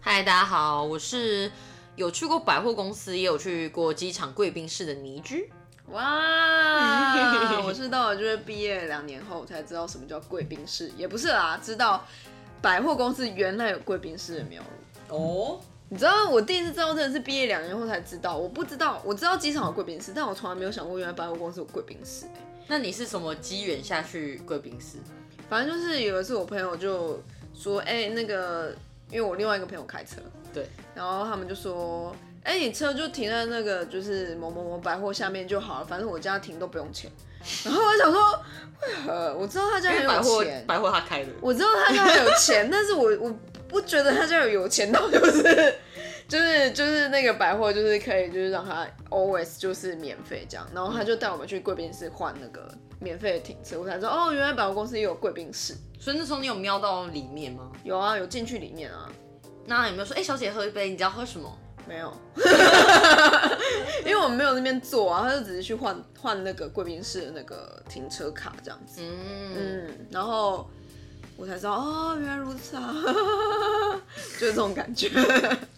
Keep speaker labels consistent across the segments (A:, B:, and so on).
A: 嗨，大家好，我是有去过百货公司，也有去过机场贵宾室的倪居。
B: 哇，我是到了就是毕业两年后才知道什么叫贵宾室，也不是啦，知道百货公司原来有贵宾室的谬误。
A: 哦，
B: 你知道我第一次知道真的是毕业两年后才知道，我不知道，我知道机场有贵宾室，但我从来没有想过原来百货公司有贵宾室、欸
A: 那你是什么机缘下去贵宾室？
B: 反正就是有一次我朋友就说，哎、那个，因为我另外一个朋友开车，
A: 对，
B: 然后他们就说，哎、你车就停在那个就是某某某百货下面就好了，反正我家停都不用 钱。然后我想说，为何？我知道他家
A: 因
B: 很
A: 为百
B: 有
A: 货
B: 钱，
A: 百货他开的，
B: 我知道他家很有钱，但是我我不觉得他家有有钱到就是 就是就是那个百货就是可以就是让他 always 就是免费这样，然后他就带我们去贵宾室换那个免费的停车，我才知道哦，原来百货公司也有贵宾室，
A: 所以那时候你有瞄到里面吗？
B: 有啊，有进去里面啊，
A: 那有没有说，哎、小姐喝一杯，你知道喝什么？
B: 没有，因为我们没有那边坐啊，他就只是去换换那个贵宾室的那个停车卡这样子。
A: 嗯，
B: 嗯，然后我才知道哦，原来如此啊， 就是这种 感觉。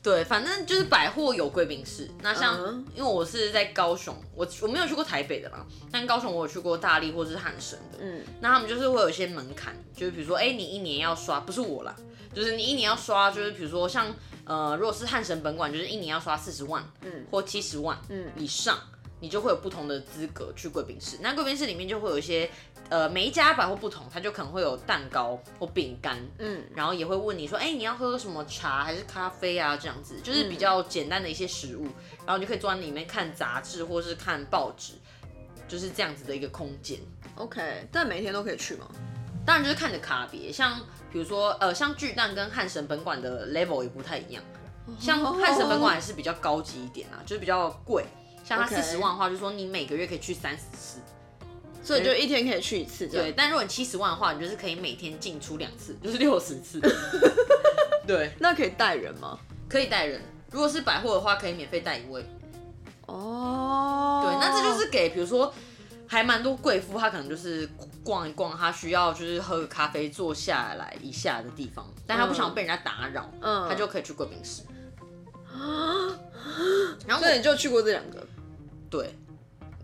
A: 对，反正就是百货有贵宾室。那像、
B: 嗯
A: 因为我是在高雄，我我没有去过台北的啦，但高雄我有去过大力或是汉神的。
B: 嗯，
A: 那他们就是会有一些门槛，就是比如说，哎、你一年要刷，不是我啦，就是你一年要刷，就是比如说像呃，如果是汉神本馆，就是一年要刷四十万，
B: 嗯
A: 或七十万，
B: 嗯
A: 以上，你就会有不同的资格去贵宾室。那贵宾室里面就会有一些，呃，每一家百货不同，它就可能会有蛋糕或饼干，
B: 嗯
A: 然后也会问你说，哎、你要喝什么茶还是咖啡啊？这样子，就是比较简单的一些食物，然后你就可以坐在里面看杂志或是看报纸，就是这样子的一个空间。
B: ，OK，但每天都可以去吗？
A: 当然就是看你的卡别，像比如说呃，像巨蛋跟汉神本馆的 level 也不太一样，像汉神本馆还是比较高级一点啊，就是比较贵。像它
B: OK
A: 四十万的话，就说你每个月可以去三十次，
B: 所以就一天可以去一次这样。
A: 对。但如果你七十万的话，你就是可以每天进出两次，就是六十次。对，
B: 那可以带人吗？
A: 可以带人。如果是百货的话，可以免费带一位。
B: 哦，
A: 对，那这就是给比如说还蛮多贵妇，她可能就是逛一逛，她需要就是喝个咖啡坐下来一下的地方，但她不想被人家打扰，
B: 嗯啊
A: 她就可以去贵宾室。然后
B: 所以
A: 我
B: 你就去过这两个。
A: 对。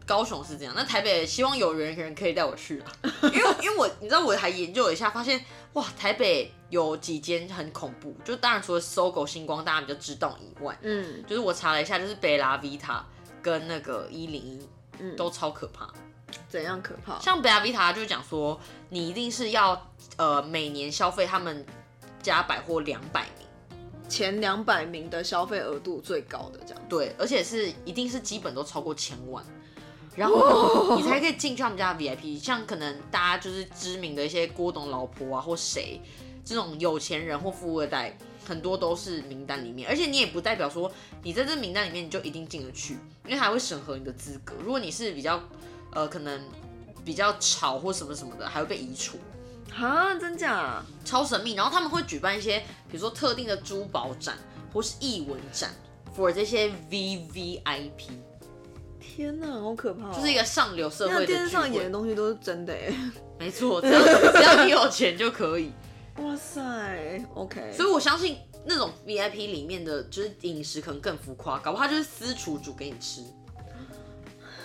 A: 高雄是这样，那台北希望有人人可以带我去 啊，因为因为我你知道我还研究了一下，发现哇，台北有几间很恐怖，就当然除了搜狗、星光大家比较知道以外，
B: 嗯
A: 就是我查了一下，就是贝拉维塔跟那个一零一
B: 嗯，
A: 都超可怕，
B: 怎样可怕？
A: 像 b e l v i t a 就讲说，你一定是要呃每年消费他们家百货两百名，
B: 前两百名的消费额度最高的这样。
A: 对，而且是一定是基本都超过千万，然后你才可以进去他们家的 VIP。像可能大家就是知名的一些郭董老婆啊，或谁这种有钱人或富二代，很多都是名单里面，而且你也不代表说你在这名单里面你就一定进得去，因为还会审核你的资格。如果你是比较呃可能比较吵或什么什么的，还会被移除。
B: 哈，真假？
A: 超神秘。然后他们会举办一些，比如说特定的珠宝展或是艺文展，for 这些 V V I P，
B: 天哪，好可怕哦、
A: 就是一个上流社会
B: 那
A: 的
B: 电视
A: 聚
B: 上演的
A: 会。
B: 东西都是真的哎、
A: 没错，只要只要你有钱就可以。
B: 哇塞，OK，
A: 所以我相信那种 V I P 里面的，就是饮食可能更浮夸，搞不好他就是私厨煮给你吃。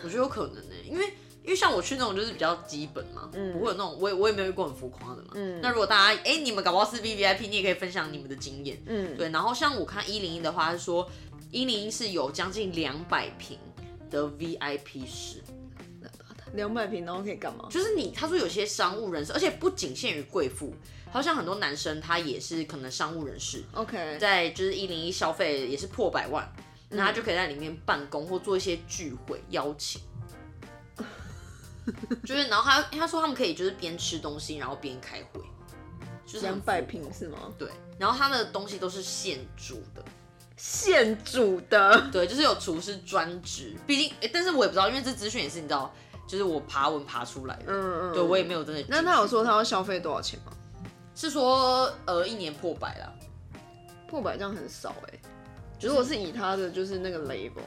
A: 我觉得有可能呢、因为因为像我去那种就是比较基本嘛，不会有那种我也我也没有遇过很浮夸的嘛。
B: 嗯
A: 那如果大家哎、你们搞不好是 V V I P，你也可以分享你们的经验。
B: 嗯，
A: 对，然后像我看一零一的话，是说一零一是有将近两百平的 VIP 室，
B: 两百平，然后可以干嘛？
A: 就是你他说有些商务人士，而且不仅限于贵妇，好像很多男生他也是可能商务人士，
B: OK，
A: 在就是一零一消费也是破百万，那他就可以在里面办公或做一些聚会邀请。就是，然后他他说他们可以就是边吃东西，然后边开会，就是很
B: 两百
A: 浮
B: 平是吗？
A: 对，然后他们的东西都是现煮的，
B: 现煮的，
A: 对，就是有厨师专职，毕竟、诶但是我也不知道，因为这资讯也是你知道，就是我爬文爬出来的，
B: 嗯嗯，
A: 对我也没有真的进去。
B: 那他有说他要消费多少钱吗？
A: 是说呃一年破百啦，
B: 破百这样很少哎、如果是以他的就是那个 label，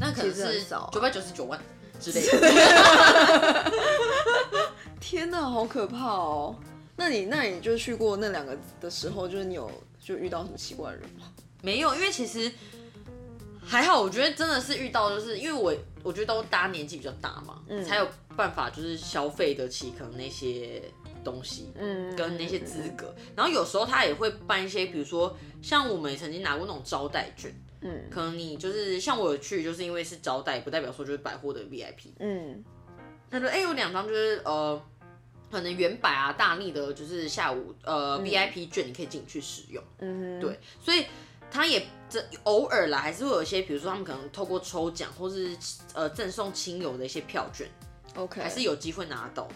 A: 那可能
B: 其实很
A: 是
B: 少啊
A: 九百九十九万 之类的。
B: 天哪，好可怕哦！那你那你就去过那两个的时候，就是你有就遇到什么奇怪的人吗？
A: 没有，因为其实还好，我觉得真的是遇到，就是因为我我觉得都大家年纪比较大嘛，
B: 嗯
A: 才有办法就是消费得起可能那些东西，
B: 嗯
A: 跟那些资格。然后有时候他也会办一些，比如说像我们也曾经拿过那种招待券，
B: 嗯
A: 可能你就是像我有去，就是因为是招待，不代表说就是百货的 VIP。
B: 嗯
A: 他说：“哎、有两张就是呃，可能原版啊大力的，就是下午呃、VIP 券，你可以进去使用。
B: 嗯，
A: 对，所以他也这偶尔啦，还是会有一些，比如说他们可能透过抽奖或是呃赠送亲友的一些票券，
B: ，OK，
A: 还是有机会拿到的。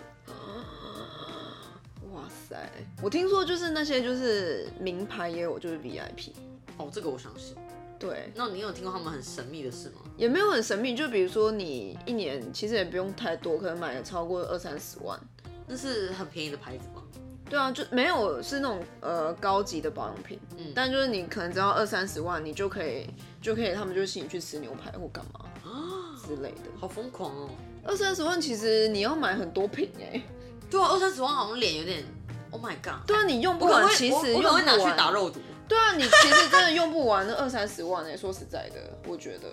B: 哇塞，我听说就是那些就是名牌也有就是 VIP，
A: 哦，这个我相信。
B: 对，
A: 那你有听过他们很神秘的事吗？
B: 也没有很神秘，就比如说你一年其实也不用太多，可能买了超过二三十万。
A: 那是很便宜的牌子吗？
B: 对啊，就没有是那种呃高级的保养品，
A: 嗯
B: 但就是你可能只要二三十万，你就可以就可以，他们就请你去吃牛排或干嘛
A: 啊
B: 之类的。
A: 好疯狂哦！
B: 二三十万其实你要买很多瓶哎、
A: 对啊，二三十万好像脸有点，Oh my god！
B: 对啊，你用不
A: 我可能
B: 完，
A: 会
B: 其
A: 我
B: 实
A: 我
B: 用
A: 可
B: 不
A: 能
B: 完
A: 会。拿去打肉毒。
B: 对啊，你其实真的用不完那二三十万哎、说实在的，我觉得。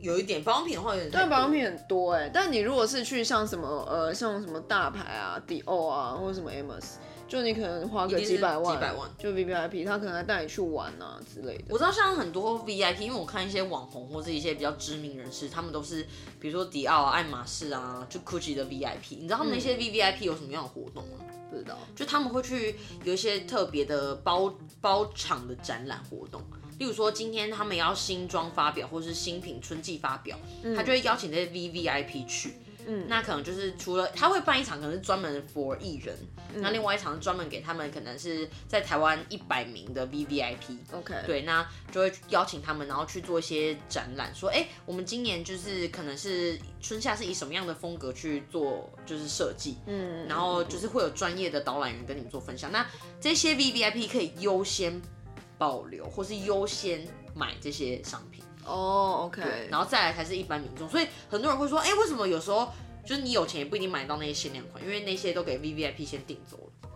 A: 有一点保养品的话，有点太
B: 对，保养
A: 多
B: 品很多哎、但你如果是去像什么呃，像什么大牌啊、迪奥啊，或者什么 Amos，就你可能花个
A: 一定是
B: 几百万，
A: 几百万
B: 就 V V I P，他可能还带你去玩啊之类的。
A: 我知道像很多 VIP，因为我看一些网红或是一些比较知名人士，他们都是比如说迪奥啊、爱马仕啊，就 GUCCI 的 VIP。你知道他们那些 VVIP 有什么样的活动吗？
B: 不知道，
A: 就他们会去有一些特别的包包场的展览活动，例如说今天他们要新装发表，或是新品春季发表，他就会邀请这些 VVIP 去。嗯，那可能就是除了他会办一场，可能是专门 for 艺人，那、另外一场是专门给他们可能是在台湾一百名的 VVIP。
B: OK，
A: 对，那就会邀请他们，然后去做一些展览，说，哎、我们今年就是可能是春夏是以什么样的风格去做，就是设计，
B: 嗯，
A: 然后就是会有专业的导览员跟你们做分享。那这些 V V I P 可以优先保留，或是优先买这些商品，
B: 哦，OK，
A: 然后再来才是一般民众。所以很多人会说，哎、为什么有时候就是你有钱也不一定买到那些限量款，因为那些都给 V V I P 先订走了，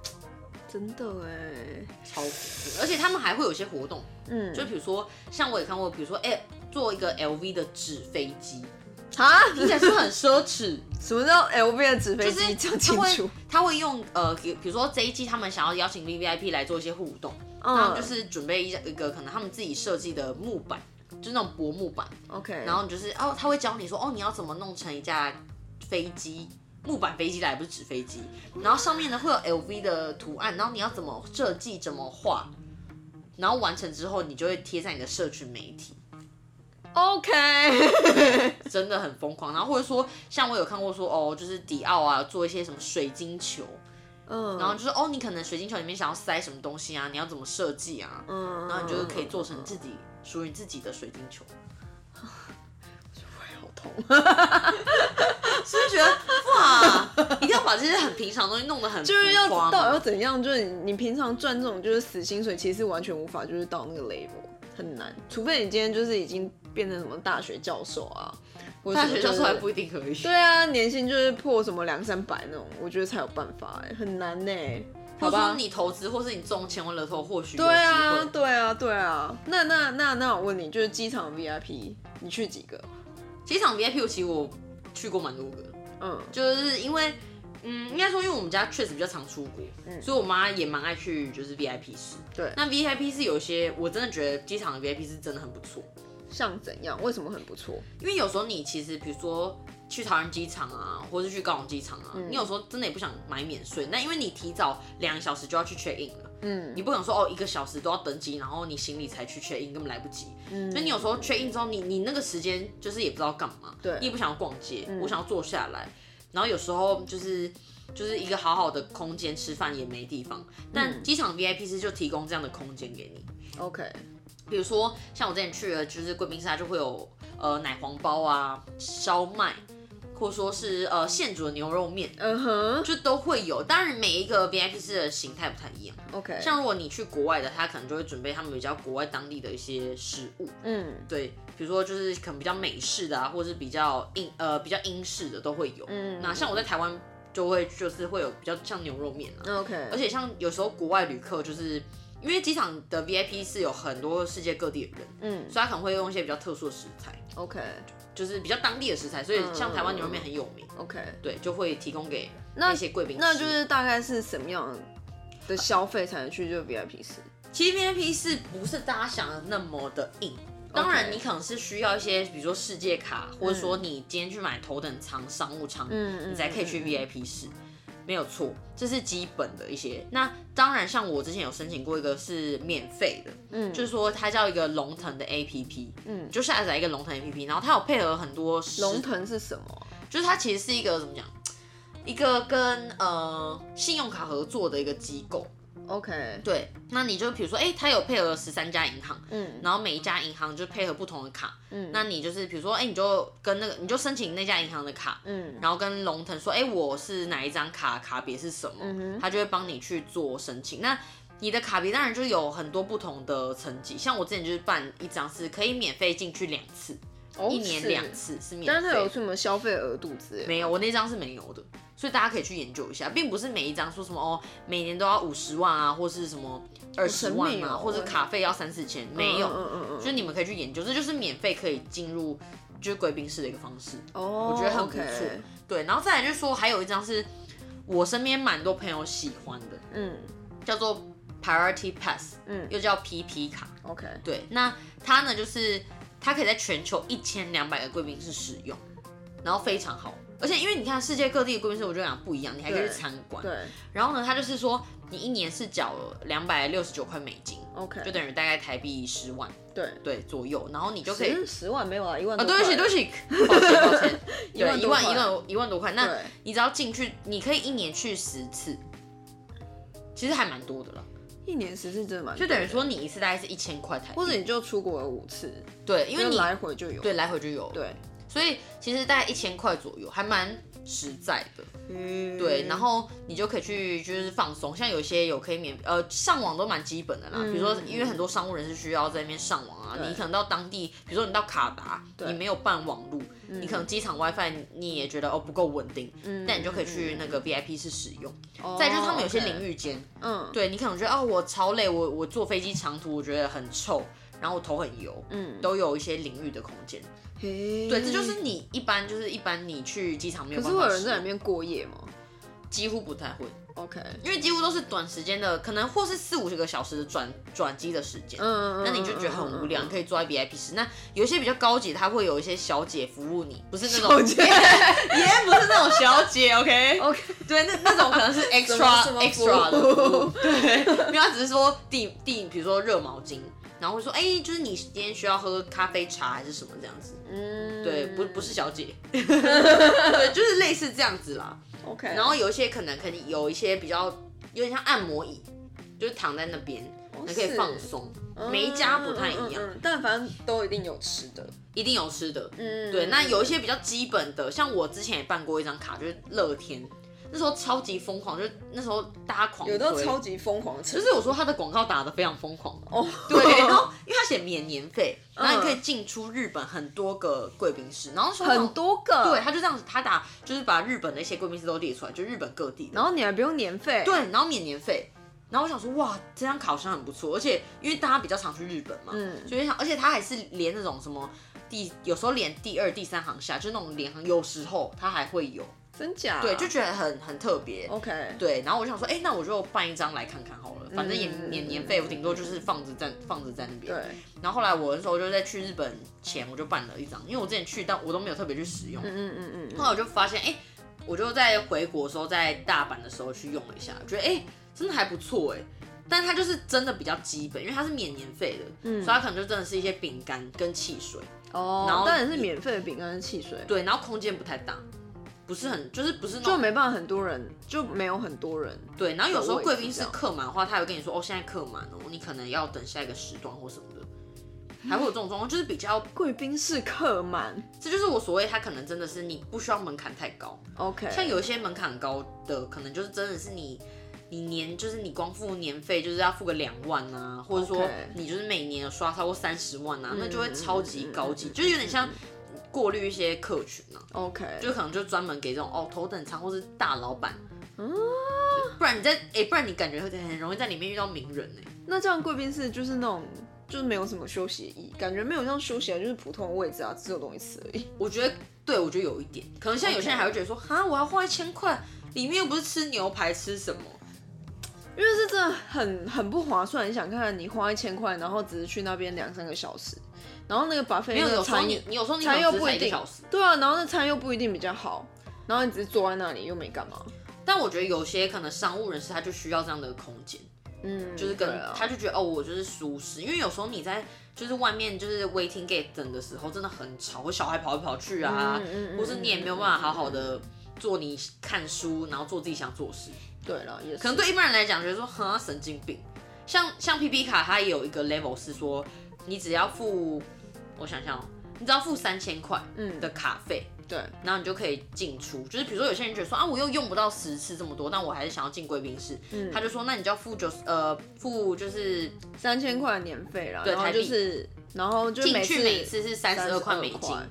B: 真的哎，
A: 超恐怖。而且他们还会有一些活动，
B: 嗯，
A: 就比如说，像我也看过，比如说，哎、做一个 LV 的纸飞机，
B: 啊，
A: 听起来是不是很奢侈？
B: 什么叫哎 L V 的纸飞
A: 就是
B: 机？讲
A: 他
B: 清楚
A: 会，他会用呃，比比如说这一季他们想要邀请 V V I P 来做一些互动，那、
B: 嗯，
A: 就是准备一一个可能他们自己设计的木板，就是那种薄木板，
B: 嗯 OK，
A: 然后你就是哦，他会教你说哦，你要怎么弄成一架飞机。木板飞机来不是纸飞机，然后上面呢会有 L V 的图案，然后你要怎么设计、怎么画，然后完成之后你就会贴在你的社群媒体。
B: OK，
A: 真的很疯狂。然后或者说，像我有看过说，哦，就是迪奥啊，做一些什么水晶球，
B: 嗯，
A: 然后就是哦，你可能水晶球里面想要塞什么东西啊，你要怎么设计啊，
B: 嗯，
A: 然后你就是可以做成自己属于自己的水晶球。
B: 哎好痛，
A: 是不是觉得 哇，一定要把这些很平常的东西弄得很啊
B: 就是要
A: 浮夸
B: 到底
A: 吗
B: 要怎样？就是你你平常赚这种就是死薪水，其实完全无法就是到那个 level，很难。除非你今天就是已经变成什么大学教授啊，或者
A: 大
B: 什么
A: 学
B: 就
A: 教
B: 是
A: 授还不一定可以。
B: 对啊，年薪就是破什么两三百那种，我觉得才有办法、欸，很难呢、
A: 或
B: 好
A: 者说
B: 吧？
A: 你投资，或是你中千万乐透，或许有
B: 对啊，
A: 机会
B: 对啊，对啊。那那那那我问你，就是机场 VIP，你去几个？
A: 机场 VIP 其实我去过蛮多个的，
B: 嗯
A: 就是因为，嗯，应该说，因为我们家确实比较常出国，所以我妈也蛮爱去就是 VIP 室。
B: 对
A: 那 VIP 室有一些，我真的觉得机场的 VIP 室真的很不错，
B: 像怎样？为什么很不错？
A: 因为有时候你其实比如说去桃园机场啊，或是去高雄机场
B: 嗯
A: 啊，你有时候真的也不想买免税，那因为你提早两个小时就要去 check in 了。
B: 嗯
A: 你不可能说哦，一个小时都要登机，然后你行李才去 check in，根本来不及。
B: 嗯
A: 所以你有时候 check in 之后，你你那个时间就是也不知道干嘛，
B: 对嗯
A: 你也不想要逛街，我想要坐下来，然后有时候就是就是一个好好的空间吃饭也没地方，
B: 嗯
A: 但机场 VIP 是就提供这样的空间给你。
B: ，OK，
A: 比如说像我之前去了，就是贵宾室，它就会有呃奶黄包啊、烧麦，或者说是呃现煮的牛肉面，
B: 嗯哼
A: 就都会有。当然每一个 VIP 室的形态不太一样。
B: ，OK，
A: 像如果你去国外的，他可能就会准备他们比较国外当地的一些食物，
B: 嗯
A: 对，比如说就是可能比较美式的啊，或者是比较英呃比较英式的都会有。
B: 嗯
A: 那像我在台湾就会就是会有比较像牛肉面啊，
B: OK，
A: 而且像有时候国外旅客就是因为机场的 VIP 是有很多世界各地的人，
B: 嗯
A: 所以他可能会用一些比较特殊的食材，
B: ，OK
A: 就是比较当地的食材，所以像台湾牛肉面很有名，
B: OK，
A: 对，就会提供给
B: 嗯那
A: 那些贵宾吃。呃
B: 那就是大概是什么样的消费才能去这个 VIP 室？
A: 其实 VIP 是不是大家想的那么的硬？当然，你可能是需要一些，比如说世界卡，或者说你今天去买头等舱、商务舱，
B: 嗯嗯
A: 你才可以去 VIP 室，没有错，这是基本的一些。那当然，像我之前有申请过一个是免费的，
B: 嗯，
A: 就是说它叫一个龙腾的 APP，
B: 嗯
A: 嗯，就下载一个龙腾 APP，然后它有配合很多食
B: 龙腾是什么？
A: 就是它其实是一个怎么讲，一个跟呃信用卡合作的一个机构。
B: OK，
A: 对，那你就比如说，哎、它有配合十三家银行，
B: 嗯
A: 然后每一家银行就配合不同的卡，
B: 嗯
A: 那你就是比如说，哎、你就跟那个你就申请那家银行的卡，
B: 嗯
A: 然后跟龙腾说，哎、我是哪一张卡，卡别是什么，
B: 嗯哼
A: 他就会帮你去做申请。那你的卡别当然就有很多不同的层级，像我之前就是办一张是可以免费进去两次，
B: 哦
A: 一年
B: 是
A: 两次是免费的。
B: 但是它有什么消费额度之类的？
A: 没有，我那张是没有的，所以大家可以去研究一下，并不是每一张说什么哦，每年都要五十万啊，或是什么二十
B: 神
A: 万
B: 秘
A: 啊，
B: 哦
A: 或者卡费要三四千，没有，
B: 嗯嗯嗯嗯
A: 所以你们可以去研究，这就是免费可以进入就是贵宾室的一个方式。
B: 哦，
A: 我觉得很不
B: OK
A: 错对，然后再来就是说，还有一张是我身边蛮多朋友喜欢的，
B: 嗯
A: 叫做 Priority Pass，
B: 嗯
A: 又叫 PP 卡。
B: ，OK，
A: 对，那它呢就是它可以在全球一千两百个贵宾室使用，然后非常好。而且因为你看世界各地的贵宾室，我就讲不一样，你还可以去
B: 对
A: 参观。
B: 对
A: 然后呢，它就是说你一年是缴两百六十九块美金，就
B: ，OK，
A: 等于大概台币十万
B: 嗯对，
A: 对左右，然后你就可以
B: 十十万没有啊，一万
A: 啊，
B: 多
A: 对不起，
B: 块
A: 对不起，抱歉，抱歉，
B: 一万
A: 对，一
B: 多
A: 万
B: 块
A: 一万一万多块，那
B: 对
A: 你只要进去，你可以一年去十次，其实还蛮多的了，
B: 一年十次真的蛮
A: 就
B: 多的，
A: 等于说你一次大概是一千块台币，
B: 或者你就出国了五次，
A: 对，因为
B: 就
A: 你
B: 来回就有，
A: 对来回就有，
B: 对，
A: 所以其实大概一千块左右，还蛮实在的。
B: 嗯，
A: 对，然后你就可以去就是放松，像有些有可以免呃上网都蛮基本的啦，比如说因为很多商务人士需要在那边上网啊，
B: 嗯对
A: 你可能到当地，比如说你到卡达，
B: 对
A: 你没有办网路，你可能机场 WiFi 你也觉得哦不够稳定，
B: 嗯
A: 但你就可以去那个 VIP 室使用。
B: 哦
A: 再就是他们有些
B: OK
A: 淋浴间，
B: 嗯
A: 对你可能觉得哦我超累，我我坐飞机长途我觉得很臭，然后我头很油，
B: 嗯，
A: 都有一些淋浴的空间。
B: 嘿
A: 对，这就是你一般就是一般你去机场没有
B: 嗯可
A: 办
B: 是会
A: 法
B: 有
A: 使用，
B: 人在里面过夜吗
A: 几乎不太会，
B: ？OK，
A: 因为几乎都是短时间的，可能或是四五十个小时的转转机的时间。
B: 嗯，
A: 那你就觉得很无聊，
B: 嗯
A: 你可以坐在 VIP 室。那有一些比较高级的，它会有一些小姐服务你，不是那种
B: 小姐哦
A: 也不是那种小姐，OK？
B: OK
A: 对，那那种可 能是
B: 什么
A: extra
B: 什么服务
A: extra 的服务，对，因为他只是说递递，比如说热毛巾，然后会说，哎、就是你今天需要喝咖啡茶还是什么这样子，
B: 嗯，
A: 对，不不是小 姐，对，就是类似这样子啦。
B: OK，
A: 然后有一些可能可能有一些比较有点像按摩椅，就是躺在那边，你可以
B: 哦是哦
A: 放松。每一家不太一
B: 嗯，
A: 样，
B: 嗯嗯但反正都一定有吃的，
A: 一定有吃的。
B: 嗯，
A: 对，那有一些比较基本的，像我之前也办过一张卡，就是乐天，那时候超级疯狂，就是那时候大家狂
B: 有到
A: 推
B: 超级疯狂的吃
A: 就，是我说他的广告打得非常疯狂，
B: 哦，嗯
A: 对， 然后因为他写免年费，然后你可以进出日本很多个贵宾室，然后说
B: 很多个，
A: 对，，他就这样，他打就是把日本的一些贵宾室都列出来，就日本各地的，
B: 然后你还不用年费，，
A: 对，然后免年费。然后我想说，哇，这张卡好像很不错，而且因为大家比较常去日本嘛，
B: 嗯
A: 所以想，而且它还是连那种什么第，有时候连第二、第三行下，就那种连行，有时候它还会有，
B: 真假？
A: 对，就觉得很很特别，
B: OK，
A: 对。然后我想说，哎，那我就办一张来看看好了，反正也
B: 嗯
A: 免年费，我顶多就是放着在放着在那边。
B: 对，
A: 然后后来我那时候就在去日本前，我就办了一张，因为我之前去，但我都没有特别去使用，
B: 嗯嗯嗯嗯
A: 后来我就发现，哎、我就在回国的时候，在大阪的时候去用了一下，我觉得哎、真的还不错哎、但它就是真的比比较基本，因为它是免年费的，所以它可能就真的是一些饼干跟汽水，
B: 嗯，哦，
A: 然后
B: 当然是免费的饼干跟汽水，
A: 对，然后空间不太大，不是很就是不是那
B: 就
A: 种
B: 没办法很多人，就没有很多人，
A: 对，然后有时候贵宾
B: 这
A: 室
B: 样
A: 客满的话，他有跟你说哦，现在客满哦，你可能要等下一个时段或什么的，还会有这种状况，就是比较，
B: 贵宾室客满
A: 这就是我所谓它可能真的是你不需要门槛太高，
B: ，OK，
A: 像有一些门槛高的，可能就是真的是你，你年就是你光付年费就是要付个两万啊，或者说
B: OK 嗯
A: 你就是每年有刷超过三十万啊，那就会超级高级，就是有点像过滤一些客群啊，
B: OK，
A: 就可能就专门给这种哦头等舱或是大老板，
B: 哦
A: 不然你在哎、不然你感觉会很容易在里面遇到名人哎、
B: 那这样贵宾室就是那种就是没有什么休息椅，感觉没有像休息啊，就是普通的位置啊，只有东西吃而已。
A: 我觉得对我觉得有一点，可能像有些人还会觉得说哈我要花一千块，里面又不是吃牛排吃什么，
B: 因为是真的很很不划算。你想看看，你花一千块，然后只是去那边两三个小时，然后那个 buffet
A: 没有
B: 哎那个
A: 有时候
B: 餐
A: 你你有时候你可
B: 餐又
A: 能只
B: 不
A: 是
B: 一
A: 一个
B: 定
A: 小时，，
B: 对啊，然后那餐又不一定比较好，然后你只是坐在那里又没干嘛，
A: 但我觉得有些可能商务人士他就需要这样的空间。
B: 嗯，
A: 就是跟、
B: 对啊
A: 他就觉得哦，我就是舒适，因为有时候你在就是外面就是 waiting gate 等的时候，真的很吵，或小孩跑来跑去啊，
B: 嗯嗯嗯
A: 或是你也没有办法好好的做你看书，然后做自己想做的事。
B: 对了，也是
A: 可能对一般人来讲，觉得说很神经病。像像 P P 卡，它也有一个 level 是说，你只要付，我想想、哦，你只要付三千块
B: 嗯
A: 的卡费，
B: 对，
A: 然后你就可以进出。就是比如说有些人觉得说啊，我又用不到十次这么多，但我还是想要进贵宾室，
B: 嗯
A: 他就说那你就要付九十呃付就是
B: 三千块的年费啦，
A: 对
B: 然后
A: 台币
B: 就是然后就
A: 进
B: 每
A: 去
B: 次
A: 每次是三十二块美金
B: 32块，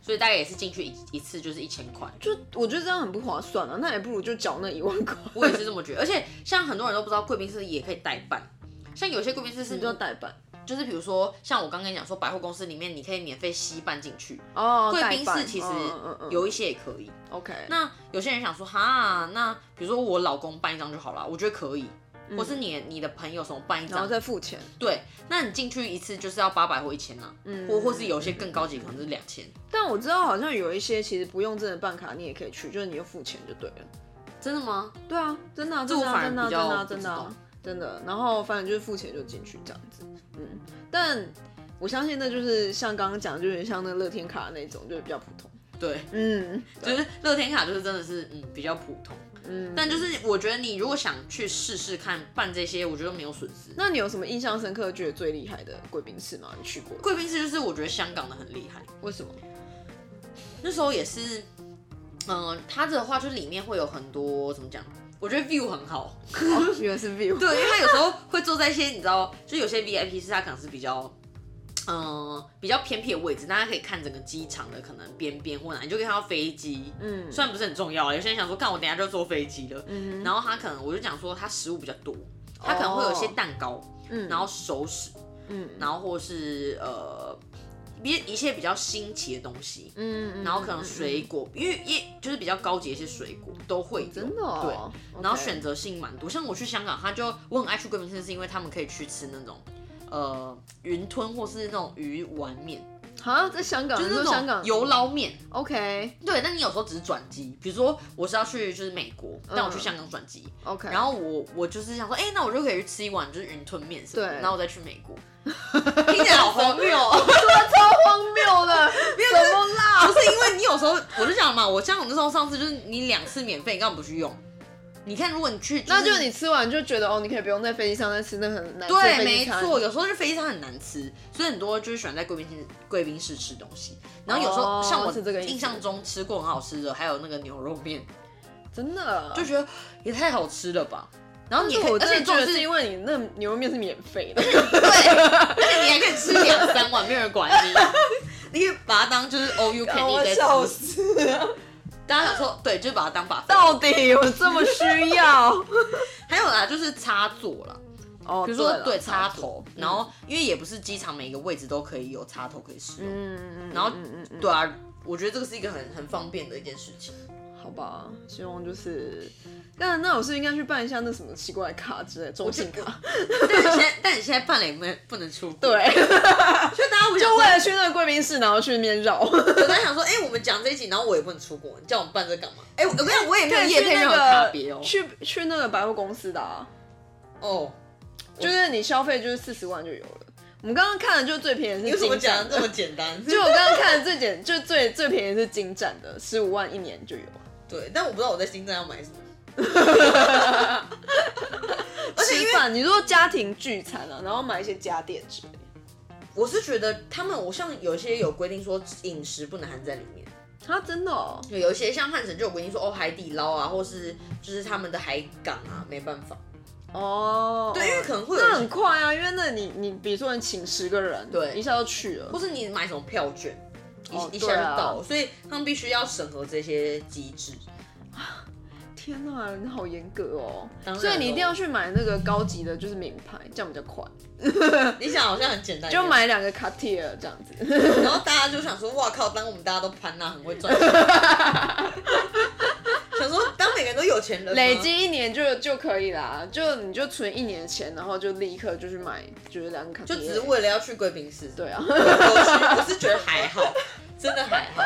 A: 所以大概也是进去一一次就是一千块。
B: 就我觉得这样很不划算啊，那也不如就缴那一万块，
A: 我也是这么觉得，而且像很多人都不知道贵宾室也可以代办，像有些贵宾室是
B: 你就代办
A: 就是比如说像我刚跟你讲说百货公司里面你可以免费吸办进去，
B: 哦。
A: 贵
B: 代
A: 宾
B: 办
A: 室其实
B: 嗯嗯嗯
A: 有一些也可以。
B: OK，
A: 那有些人想说哈，那比如说我老公办一张就好了，我觉得可以，或是你你的朋友什么办一
B: 嗯然后
A: 张，
B: 再付钱，
A: 对，那你进去一次就是要八百或一千呐，
B: 嗯
A: 或或是有些更高级可能是两千，
B: 但我知道好像有一些其实不用真的办卡，你也可以去，就是你就付钱就对了。
A: 真的吗？
B: 对啊，真的、啊，真的、
A: 我
B: 啊，
A: 反而
B: 真的、啊，
A: 比
B: 真
A: 较
B: 的、啊，
A: 不
B: 真
A: 知
B: 的、
A: 道
B: 啊，真的。然后反正就是付钱就进去这样子，嗯。但我相信那就是像刚刚讲，就有点像那个乐天卡那种，就是比较普通。
A: 对，
B: 嗯，
A: 就是乐天卡就是真的是嗯比较普通，嗯，但就是我觉得你如果想去试试看办这些，我觉得没有损失。
B: 那你有什么印象深刻、觉得最厉害的贵宾室吗？你去过的？
A: 贵宾室就是我觉得香港的很厉害，
B: 为什么？
A: 那时候也是，嗯、它的话就是里面会有很多怎么讲，我觉得 view 很好，
B: 哦原来是 view。
A: 对，因为他有时候会坐在一些你知道，就有些 VIP 是他可能是比较。嗯，比较偏僻的位置，大家可以看整个机场的可能边边或哪，你就可以看到飞机。
B: 嗯
A: 虽然不是很重要啊，有些人想说，看我等一下就坐飞机了。然后他可能我就讲说，他食物比较多，他可能会有一些蛋糕，
B: 哦嗯
A: 然后熟食，
B: 嗯
A: 然后或是呃一一些比较新奇的东西，
B: 嗯，
A: 然后可能水果，因为也就是比较高级的一些水果都会有，
B: 真的哦。
A: 对，然后选择性蛮多。像我去香港，他就我很爱去贵宾室，是因为他们可以去吃那种呃云吞或是那种鱼丸面，
B: 啊，在香港，
A: 就
B: 就是
A: 那
B: 香
A: 种
B: 港
A: 油捞面。
B: OK
A: 对，但你有时候只是转机，比如说我是要去就是美国，
B: 嗯
A: 但我去香港转机，
B: OK，
A: 然后我我就是想说，哎、那我就可以去吃一碗就是云吞面什么的，
B: 对
A: 然后我再去美国，听起来好荒谬哦。
B: 荒谬 了，怎么 啦？
A: 不是因为你有时候，我就讲嘛，我像我那时候上次就是你两次免费，你干嘛不去用？你看，如果你去，
B: 那就你吃完就觉得哦，你可以不用在飞机上再吃那很难吃的
A: 对，
B: 飞
A: 没
B: 机啊餐
A: 错，有时候就飞机上很难吃，所以很多就是喜欢在贵宾室贵宾室吃东西。然后有时候、
B: 哦
A: 像我
B: 是这个意思
A: 印象中吃过很好吃的，还有那个牛肉面，
B: 真的
A: 就觉得也太好吃了吧。然后你也
B: 但是
A: 可以
B: 我
A: 而
B: 真
A: 且
B: 的
A: 重
B: 觉
A: 点
B: 得是
A: 是
B: 因为你那牛肉面是免费 的，
A: 对，而且你还可以吃两三碗，没有人管你，你可以把它当就是 O U can
B: 我
A: eat
B: 笑
A: 在吃。
B: 死，
A: 大家想说，对，就是把它当把费。
B: 到底有这么需 要？
A: 还有啦，就是插座啦。
B: 哦，
A: 比如说对
B: 对嗯
A: 插，头，然后因为也不是机场每个位置都可以有插头可以使用，
B: 嗯嗯
A: 然后
B: 嗯嗯
A: 对啊，我觉得这个是一个很很方便的一件事情。
B: 嗯，好吧，希望就是。那那我是不是应该去办一下那什么奇怪的卡之类的，中信卡。
A: 但你现在但你现在办了也没不能出国，，
B: 对，啊
A: 就大家不想
B: 就
A: 说
B: 为了去那个贵宾室，然后去那边绕， 可
A: 有的人想说，哎、我们讲这一集，然后我也不能出国，你叫我们办这干嘛？ 哎、我我跟你讲，我也没有
B: 以
A: 业
B: 去
A: 配任何
B: 那
A: 差
B: 个
A: 别 哦、
B: 去去那个百货公司的、啊。
A: 哦，
B: 就是你消费就是四十万就有了。我们刚刚看的就是最便宜的
A: 为
B: 是
A: 什么
B: 金
A: 讲
B: 站
A: 的
B: 的，
A: 这么简单？
B: 就我刚刚看的最简，就最最便宜的是金站的，十五万一年就有。
A: 对，但我不知道我在新站要买什么。
B: 而且吃饭，你说家庭聚餐啊，然后买一些家电之类的，
A: 我是觉得他们，我像有些有规定说饮食不能含在里面。
B: 啊，真的哦，
A: 对有一些像汉神就有规定说，哦，海底捞啊，或是就是他们的海港啊，没办法。
B: 哦，
A: 对，因为可能会有一
B: 那
A: 些
B: 很快啊，因为那你你比如说你请十个人，
A: 对
B: 一下就去了，
A: 或是你买什么票券，一、
B: 哦
A: 一下就
B: 对啊
A: 到了，所以他们必须要审核这些机制。
B: 天哪、你好严格哦、
A: 当然
B: 所以你一定
A: 咯
B: 要去买那个高级的，就是名牌，这样比较快。
A: 你想好像很简单，
B: 就，买两个 Cartier 这样子。
A: 然后大家就想说，哇靠！当我们大家都潘娜很会赚 钱，想说当每个人都有钱人吗，
B: 累积一年就就可以啦，就你就存一年的钱，然后就立刻就去买，就是两个 Cartier，
A: 就只是为了要去贵宾室。
B: 对 啊，
A: 我是觉得还好，真的还好，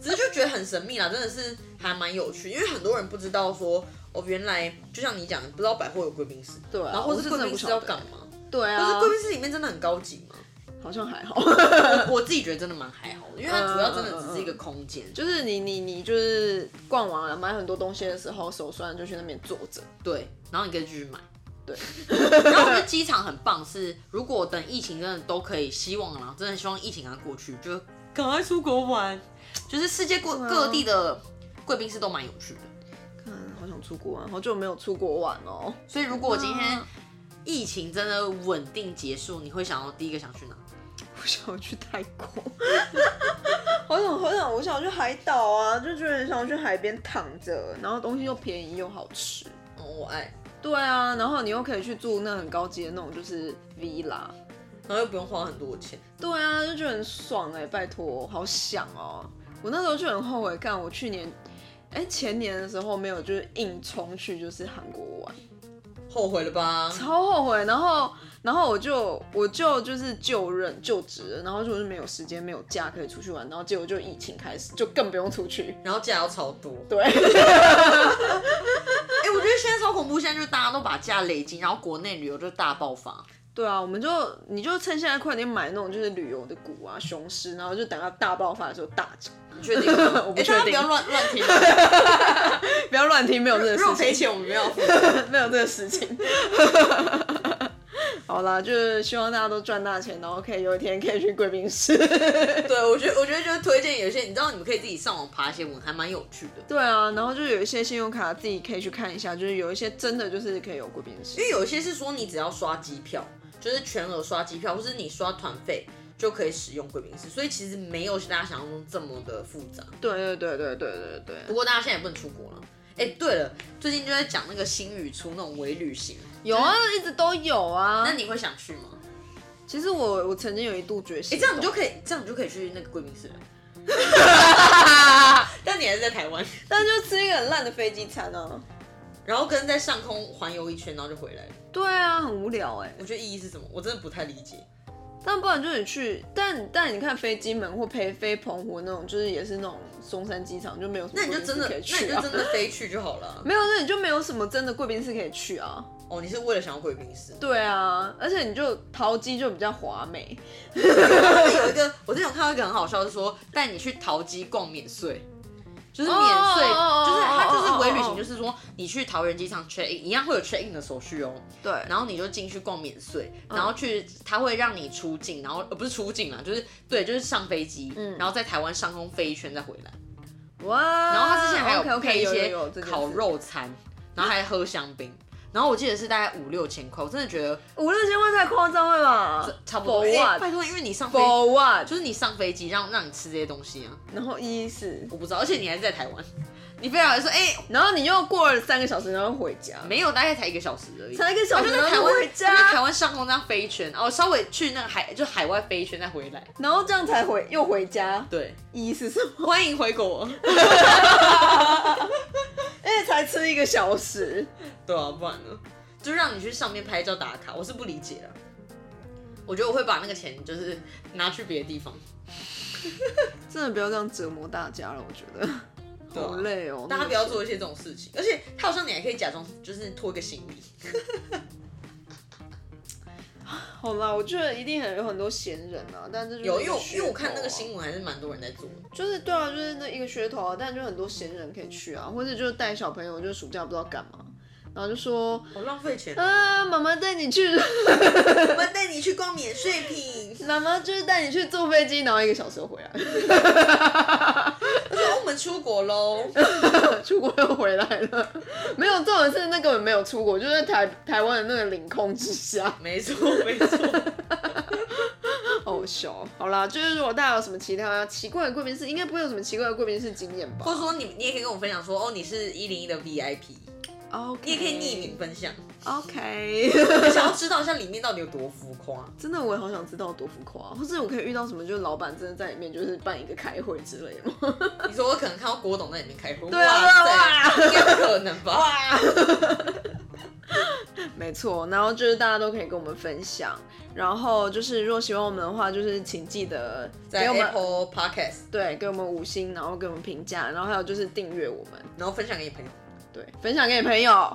A: 只是就觉得很神秘啦，真的是还蛮有趣，因为很多人不知道说哦，原来就像你讲，不知道百货有贵宾室，
B: 对啊
A: 然后或
B: 我
A: 是
B: 是
A: 贵
B: 真的
A: 宾
B: 不
A: 室
B: 晓
A: 要
B: 得
A: 干嘛？
B: 对
A: 可是
B: 啊
A: 贵，宾室里面真的很高级吗？
B: 好像还好，
A: 我我自己觉得真的蛮还好的，因为它主要真的只是一个空间，就
B: 就是你你你就是逛完了买很多东西的时候，手酸就去那边坐着，
A: 对，然后你可以继续买。
B: 对，
A: 然后我觉得机场很棒是，如果等疫情真的都可以，希望啦，真的希望疫情赶快过去，就赶快出国玩，就是世界各
B: 对啊
A: 各地的贵宾室都蛮有趣的。
B: 嗯，好想出国玩，好久没有出国玩哦。
A: 所以如果今天
B: 嗯
A: 疫情真的稳定结束，你会想要第一个想去哪？
B: 我想要去泰国， 好想好想，我想去海岛啊，就觉得很想去海边躺着，然后东西又便宜又好吃。
A: 哦，我爱，
B: 对啊，然后你又可以去住那很高级的那种，就是 villa。
A: 然后又不用花很多钱。
B: 对啊，就觉得很爽哎、拜托，好想哦、我那时候就很后悔，干我去年，哎、前年的时候没有就是硬冲去就是韩国玩，
A: 后悔了吧？
B: 超后悔。然后，然后我就我就就是就任就职了，然后就是没有时间没有假可以出去玩，然后结果就疫情开始，就更不用出去。
A: 然后假要超多。
B: 对，
A: 哎、我觉得现在超恐怖，现在就大家都把假累积，然后国内旅游就大爆发。
B: 对啊，我们就你就趁现在快点买那种就是旅游的股啊、雄狮，然后就等它大爆发的时候大涨。
A: 你确定吗？
B: 我不
A: 哎
B: 确定
A: 大家不要乱乱听。
B: 不要乱听，没有这个
A: 如果
B: 事
A: 赔
B: 情，
A: 钱，我们没有 付。
B: 没有这个事 情。好啦，就是希望大家都赚大钱，然后可以有一天可以去贵宾 室。
A: 对，我觉得我觉得就是推荐有一些，你知道你们可以自己上网爬一些文，还蛮有趣的。
B: 对啊，然后就有一些信用卡自己可以去看一下，就是有一些真的就是可以有贵宾室
A: 因。为有一些是说你只要刷机票，就是全额刷机票，或是你刷团费就可以使用贵宾室，所以其实没有大家想象中这么的复杂。
B: 对对对对对对
A: 不
B: 对，
A: 过大家现在也不能出国了。哎、对了，最近就在讲那个新语出那种微旅行，
B: 有啊，一直都有啊
A: 那。你会想去吗？
B: 其实我我曾经有一度决
A: 哎、
B: 心，
A: 这样你就可以，这样你就可以去那个贵宾室了。 但你还是在台湾，
B: 但就吃一个很烂的飞机餐啊。
A: 然后跟在上空环游一圈，然后就回来了。
B: 对啊，很无聊哎、
A: 我觉得意义是什么？我真的不太理解。
B: 但不然就是去，但但你看飞机门或飞飞澎湖那种，就是也是那种松山机场就没有什么
A: 那你就真的，
B: 贵
A: 那
B: 宾
A: 你
B: 室可以去
A: 就
B: 啊，
A: 真的飞去就好了。
B: 没有，那你就没有什么真的贵宾室可以去啊。
A: 哦，你是为了想要贵宾 室？
B: 对啊，而且你就淘机就比较华美，
A: 有一个，我之前有看到一个很好笑，是说带你去桃机逛免税，就是
B: 哦
A: 免税，
B: 哦哦哦
A: 就是它就是
B: 哦哦
A: 微旅行，
B: 哦
A: 就是说你去桃园机场 check in，一样会有 check in 的手续哦，
B: 对，
A: 然后你就进去逛免税，然后去它会让你出境，然后呃不是出境啦，就是对，就是上飞机，
B: 嗯
A: 然后在台湾上空飞一圈再回来，
B: 哇，
A: 然
B: 然
A: 后它之前还
B: OK
A: 有
B: OK
A: 配一
B: 啊有
A: 些
B: 有有这件事
A: 烤肉餐，然后还喝香槟。然后我记得是大概五六千块，我真的觉得
B: 五六千块太夸张了吧？
A: 差不多。
B: For
A: 哎
B: what？
A: 拜托，因为你上飞
B: For what？
A: 就是你上飞机让让你吃这些东西啊，
B: 然后一四，
A: 我不知道，而且你还是在台湾，你非要来说，哎、
B: 然后你又过了三个小时，然后回家，
A: 没有，大概才一个小时而已，
B: 才一个小
A: 他
B: 时
A: 就
B: 然
A: 在
B: 后
A: 台
B: 就
A: 湾，
B: 回
A: 他就在
B: 家，
A: 台湾上空这样飞一圈，哦，稍微去那个海，就海外飞一圈再回来。
B: 然后这样才回又回家，
A: 对，
B: 一是什么？
A: 欢迎回国。
B: 而且哎才吃一个小时，
A: 对啊，不然呢？就让你去上面拍照打卡，我是不理解了。我觉得我会把那个钱就是拿去别的地方，
B: 真的不要这样折磨大家了，我觉得
A: 对啊
B: 好累哦、
A: 大家
B: 那个
A: 不要
B: 事
A: 做一些这种事情。而且他好像你还可以假装就是拖一个行李，
B: 好啦，我觉得一定很有很多闲人啊，但这就是
A: 有，
B: 一
A: 因为
B: 个
A: 我因为我
B: 噱
A: 看那
B: 头
A: 个
B: 啊
A: 新闻还是蛮多人在做的。
B: 就是对啊，就是那一个噱头啊，但就很多闲人可以去啊，或者就是带小朋友，就是暑假不知道干嘛，然后就说
A: 好浪费钱，
B: 啊，妈妈带你去，
A: 我们带你去逛免税品。
B: 妈妈就是带你去坐飞机，然后一个小时又回来，
A: 我们出国喽，
B: 出国又回来了， 没有，重点是那根本没有出国，就在台台湾的那个领空之下，
A: 没错没错，
B: 好好笑。哦好啦，就是如果大家有什么其他奇怪的贵宾室，应该不会有什么奇怪的贵宾室经验吧？
A: 或者说你你也可以跟我分享说，哦，你是一零一的 VIP，
B: OK，
A: 你也可以匿名分 享，
B: OK，
A: 我想要知道一下里面到底有多浮夸。
B: 真的我也好想知道多浮夸，啊或是我可以遇到什么，就是老板真的在里面就是办一个开会之类的吗？
A: 你说我可能看到郭董在里面开会，
B: 对啊
A: 哇塞
B: 哇
A: 应该不可能吧？
B: 没错，然后就是大家都可以跟我们分享，然后就是如果喜欢我们的话，就是请记得
A: 在
B: 给我们
A: Apple Podcast，
B: 对给我们五星，然后给我们评价，然后还有就是订阅我们，
A: 然后分享给你朋友。
B: 对，分享给你朋友。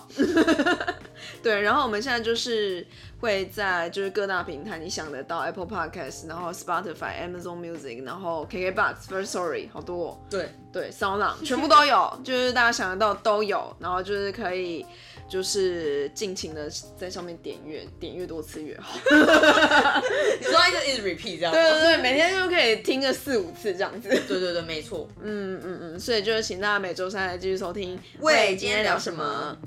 B: 对，然后我们现在就是会在就是各大平台你想得到 Apple Podcast，然后 Spotify、Amazon Music，然后 KKBox、First Story 好多、哦。
A: 对，
B: 对，骚浪全部都有， 就是大家想得到都有，然后就是可以，就是尽情的在上面点阅，点越多次越好。
A: 你说他一直一直 repeat 这样吗
B: 对对对，每天就可哦以听个四五次这样子。
A: 对对对，没错。
B: 嗯嗯嗯，所以就是请大家每周三来继续收听。
A: 喂今天聊什么？